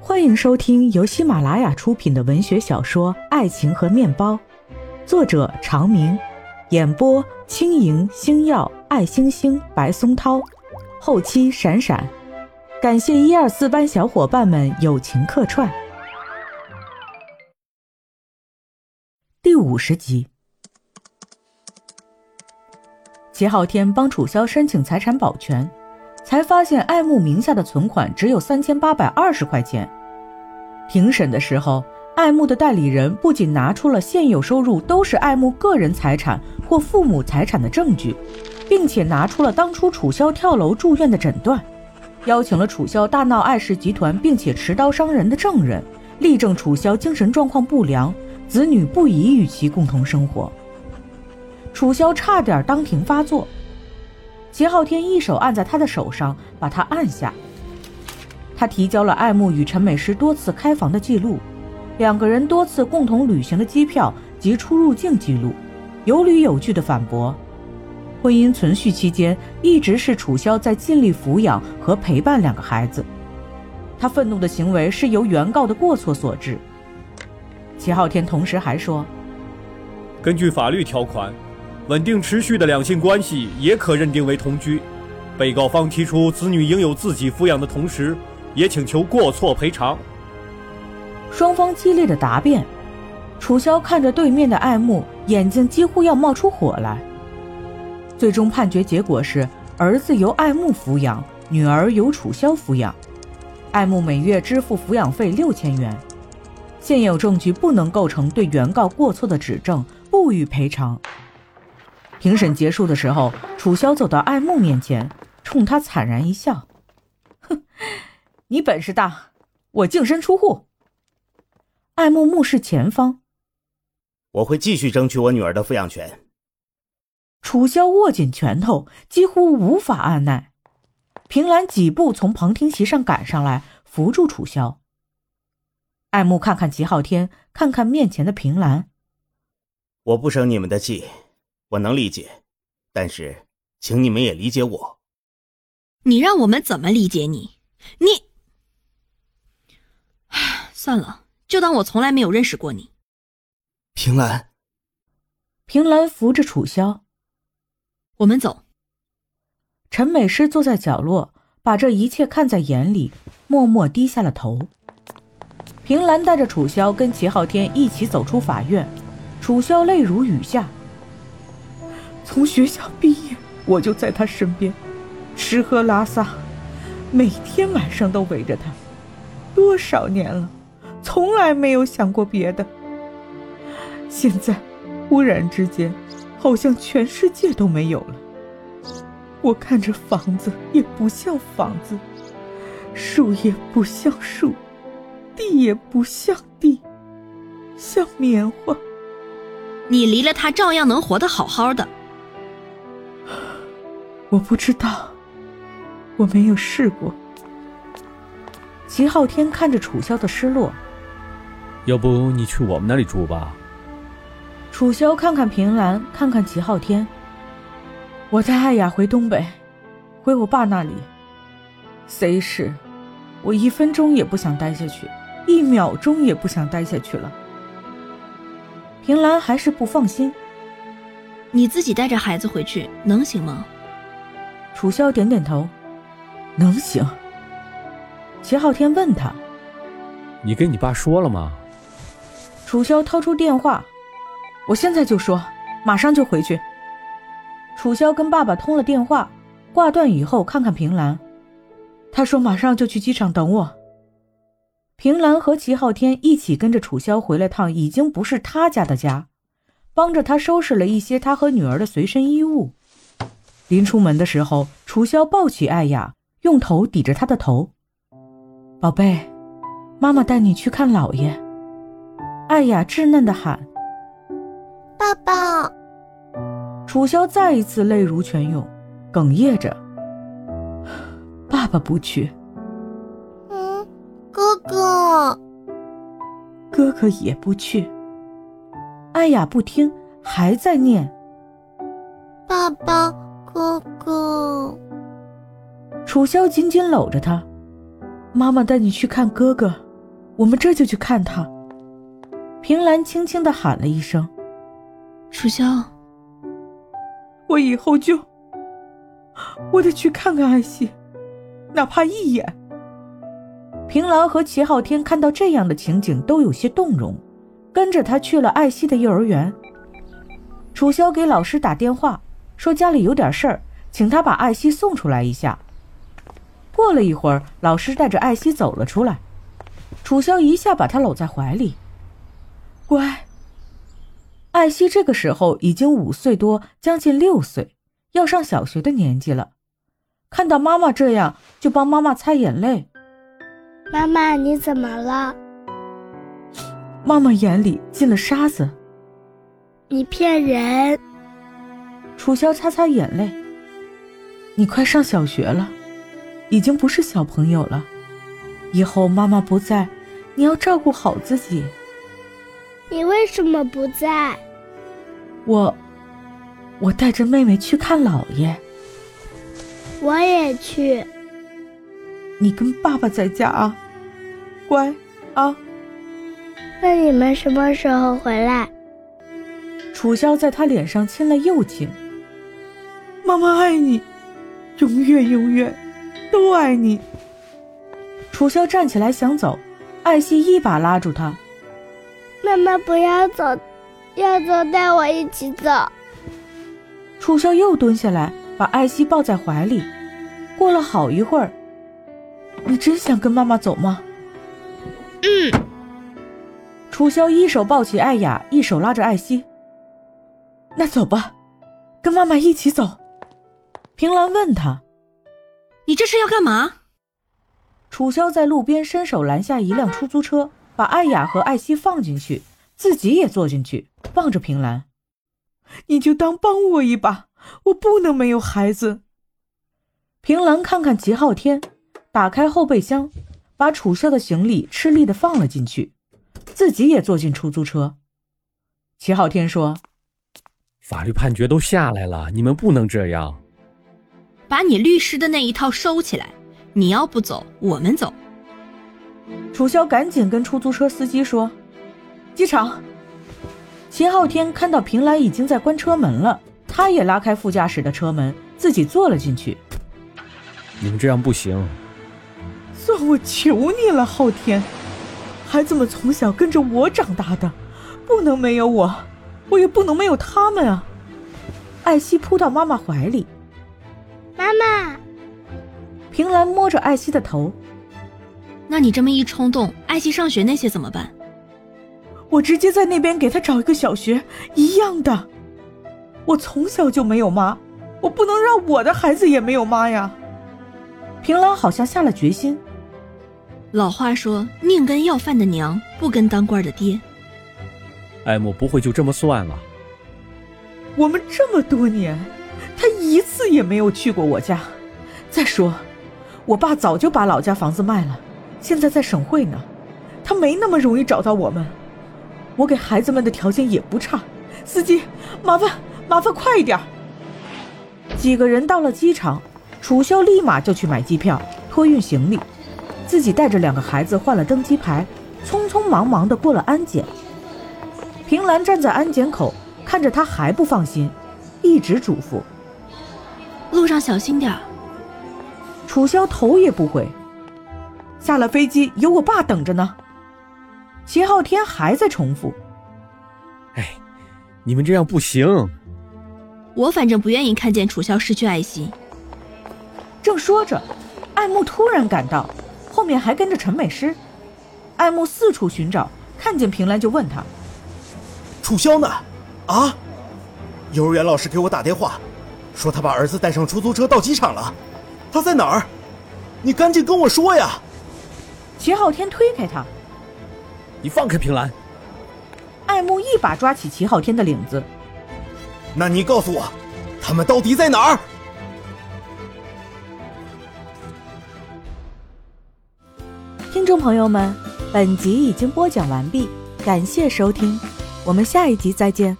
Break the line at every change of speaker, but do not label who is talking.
欢迎收听由喜马拉雅出品的文学小说《爱情和面包》，作者长明，演播轻盈、星耀、爱星星、白松涛，后期闪闪。感谢一二四班小伙伴们友情客串。第五十集，齐昊天帮楚萧申请财产保全，才发现爱慕名下的存款只有三千八百二十块钱。庭审的时候，爱慕的代理人不仅拿出了现有收入都是爱慕个人财产或父母财产的证据，并且拿出了当初楚萧跳楼住院的诊断，邀请了楚萧大闹艾氏集团并且持刀伤人的证人，力证楚萧精神状况不良。子女不宜与其共同生活。楚萧差点当庭发作，齐昊天一手按在他的手上，把他按下。他提交了爱慕与陈美诗多次开房的记录，两个人多次共同旅行的机票及出入境记录，有理有据的反驳。婚姻存续期间，一直是楚萧在尽力抚养和陪伴两个孩子。他愤怒的行为是由原告的过错所致。齐昊天同时还说：“
根据法律条款，稳定持续的两性关系也可认定为同居。被告方提出子女应有自己抚养的同时，也请求过错赔偿。”
双方激烈的答辩，楚萧看着对面的爱慕，眼睛几乎要冒出火来。最终判决结果是，儿子由爱慕抚养，女儿由楚萧抚养。爱慕每月支付抚养费六千元。现有证据不能构成对原告过错的指证，不予赔偿。庭审结束的时候，楚萧走到爱慕面前，冲他惨然一笑：“哼，你本事大，我净身出户。”爱慕目视前方：“
我会继续争取我女儿的抚养权。”
楚萧握紧拳头，几乎无法按耐。平兰几步从旁听席上赶上来，扶住楚萧。爱慕看看齐昊天，看看面前的平兰。
我不生你们的气，我能理解，但是请你们也理解我。
你让我们怎么理解你？你，唉算了，就当我从来没有认识过你。
平兰，
平兰扶着楚萧，
我们走。
陈美诗坐在角落，把这一切看在眼里，默默低下了头。平兰带着楚萧跟齐昊天一起走出法院，楚萧泪如雨下。
从学校毕业，我就在他身边，吃喝拉撒，每天晚上都围着他，多少年了，从来没有想过别的。现在，忽然之间，好像全世界都没有了。我看着房子也不像房子，树也不像树。地也不像地，像棉花。
你离了他，照样能活得好好的。
我不知道，我没有试过。
齐昊天看着楚萧的失落，
要不你去我们那里住吧？
楚萧看看平兰，看看齐昊天。我带艾雅回东北，回我爸那里。谁是？我一分钟也不想待下去。一秒钟也不想待下去了。平兰还是不放心。
你自己带着孩子回去能行吗？
楚萧点点头，
能行。
齐昊天问他：“
你跟你爸说了吗？”
楚萧掏出电话：“
我现在就说，马上就回去。”
楚萧跟爸爸通了电话，挂断以后看看平兰，
他说马上就去机场等我。
平兰和齐昊天一起跟着楚萧回了趟已经不是他家的家，帮着他收拾了一些他和女儿的随身衣物。临出门的时候，楚萧抱起艾雅，用头抵着她的头：“宝贝，妈妈带你去看姥爷。”艾雅稚嫩的喊：“
爸爸！”
楚萧再一次泪如泉涌，哽咽着：“
爸爸不去。”
嗯哥哥，
哥哥也不去。
艾雅不听，还在念：“
爸爸，哥哥。”
楚萧紧紧搂着她：“
妈妈带你去看哥哥。”
我们这就去看他。平兰轻轻地喊了一声，
楚萧，
我以后就，我得去看看艾希，哪怕一眼。
平兰和齐昊天看到这样的情景都有些动容，跟着他去了艾希的幼儿园。楚萧给老师打电话说家里有点事儿，请他把艾希送出来一下。过了一会儿，老师带着艾希走了出来，楚萧一下把她搂在怀里。
乖，
艾希这个时候已经五岁多，将近六岁，要上小学的年纪了。看到妈妈这样，就帮妈妈擦眼泪。
妈妈，你怎么了？
妈妈眼里进了沙子。
你骗人！
楚萧擦擦眼泪。你快上小学了，已经不是小朋友了。以后妈妈不在，你要照顾好自己。
你为什么不在？
我，我带着妹妹去看姥爷。
我也去。
你跟爸爸在家啊，乖啊。
那你们什么时候回来？
楚萧在他脸上亲了又亲。
妈妈爱你，永远永远都爱你。
楚萧站起来想走，艾希一把拉住他。
妈妈不要走，要走带我一起走。
楚萧又蹲下来，把艾希抱在怀里。过了好一会儿，你真想跟妈妈走吗？
嗯。
楚萧一手抱起艾雅，一手拉着艾希。那走吧，跟妈妈一起走。平兰问他：“
你这是要干嘛？”
楚萧在路边伸手拦下一辆出租车。把艾雅和艾希放进去，自己也坐进去，望着平兰，
你就当帮我一把，我不能没有孩子。
平兰看看齐昊天，打开后备箱，把楚萧的行李吃力的放了进去，自己也坐进出租车。齐昊天说：“
法律判决都下来了，你们不能这样，
把你律师的那一套收起来。你要不走，我们走。”
楚萧赶紧跟出租车司机说：“机场。”秦昊天看到平兰已经在关车门了，他也拉开副驾驶的车门，自己坐了进去。
你们这样不行！
算我求你了，昊天，孩子们从小跟着我长大的，不能没有我，我也不能没有他们啊！
艾希扑到妈妈怀里，
妈妈。
平兰摸着艾希的头。
那你这么一冲动，爱惜上学那些怎么办？
我直接在那边给他找一个小学一样的。我从小就没有妈，我不能让我的孩子也没有妈呀。
平兰好像下了决心。
老话说，宁跟要饭的娘，不跟当官的爹。
艾莫不会就这么算了？
我们这么多年，他一次也没有去过我家。再说，我爸早就把老家房子卖了。现在在省会呢，他没那么容易找到我们。我给孩子们的条件也不差。司机，麻烦麻烦快一点！
几个人到了机场，楚萧立马就去买机票、托运行李，自己带着两个孩子换了登机牌，匆匆忙忙的过了安检。平兰站在安检口，看着他还不放心，一直嘱咐：“
路上小心点儿。”
楚萧头也不回。
下了飞机，有我爸等着呢。
秦昊天还在重复：“
哎，你们这样不行。”
我反正不愿意看见楚萧失去爱心。
正说着，爱慕突然赶到，后面还跟着陈美诗。爱慕四处寻找，看见平兰就问他：“
楚萧呢？啊？”幼儿园老师给我打电话，说他把儿子带上出租车到机场了。他在哪儿？你赶紧跟我说呀！
齐昊天推开他，
你放开平兰。
爱慕一把抓起齐昊天的领子。
那你告诉我，他们到底在哪儿？
听众朋友们，本集已经播讲完毕，感谢收听，我们下一集再见。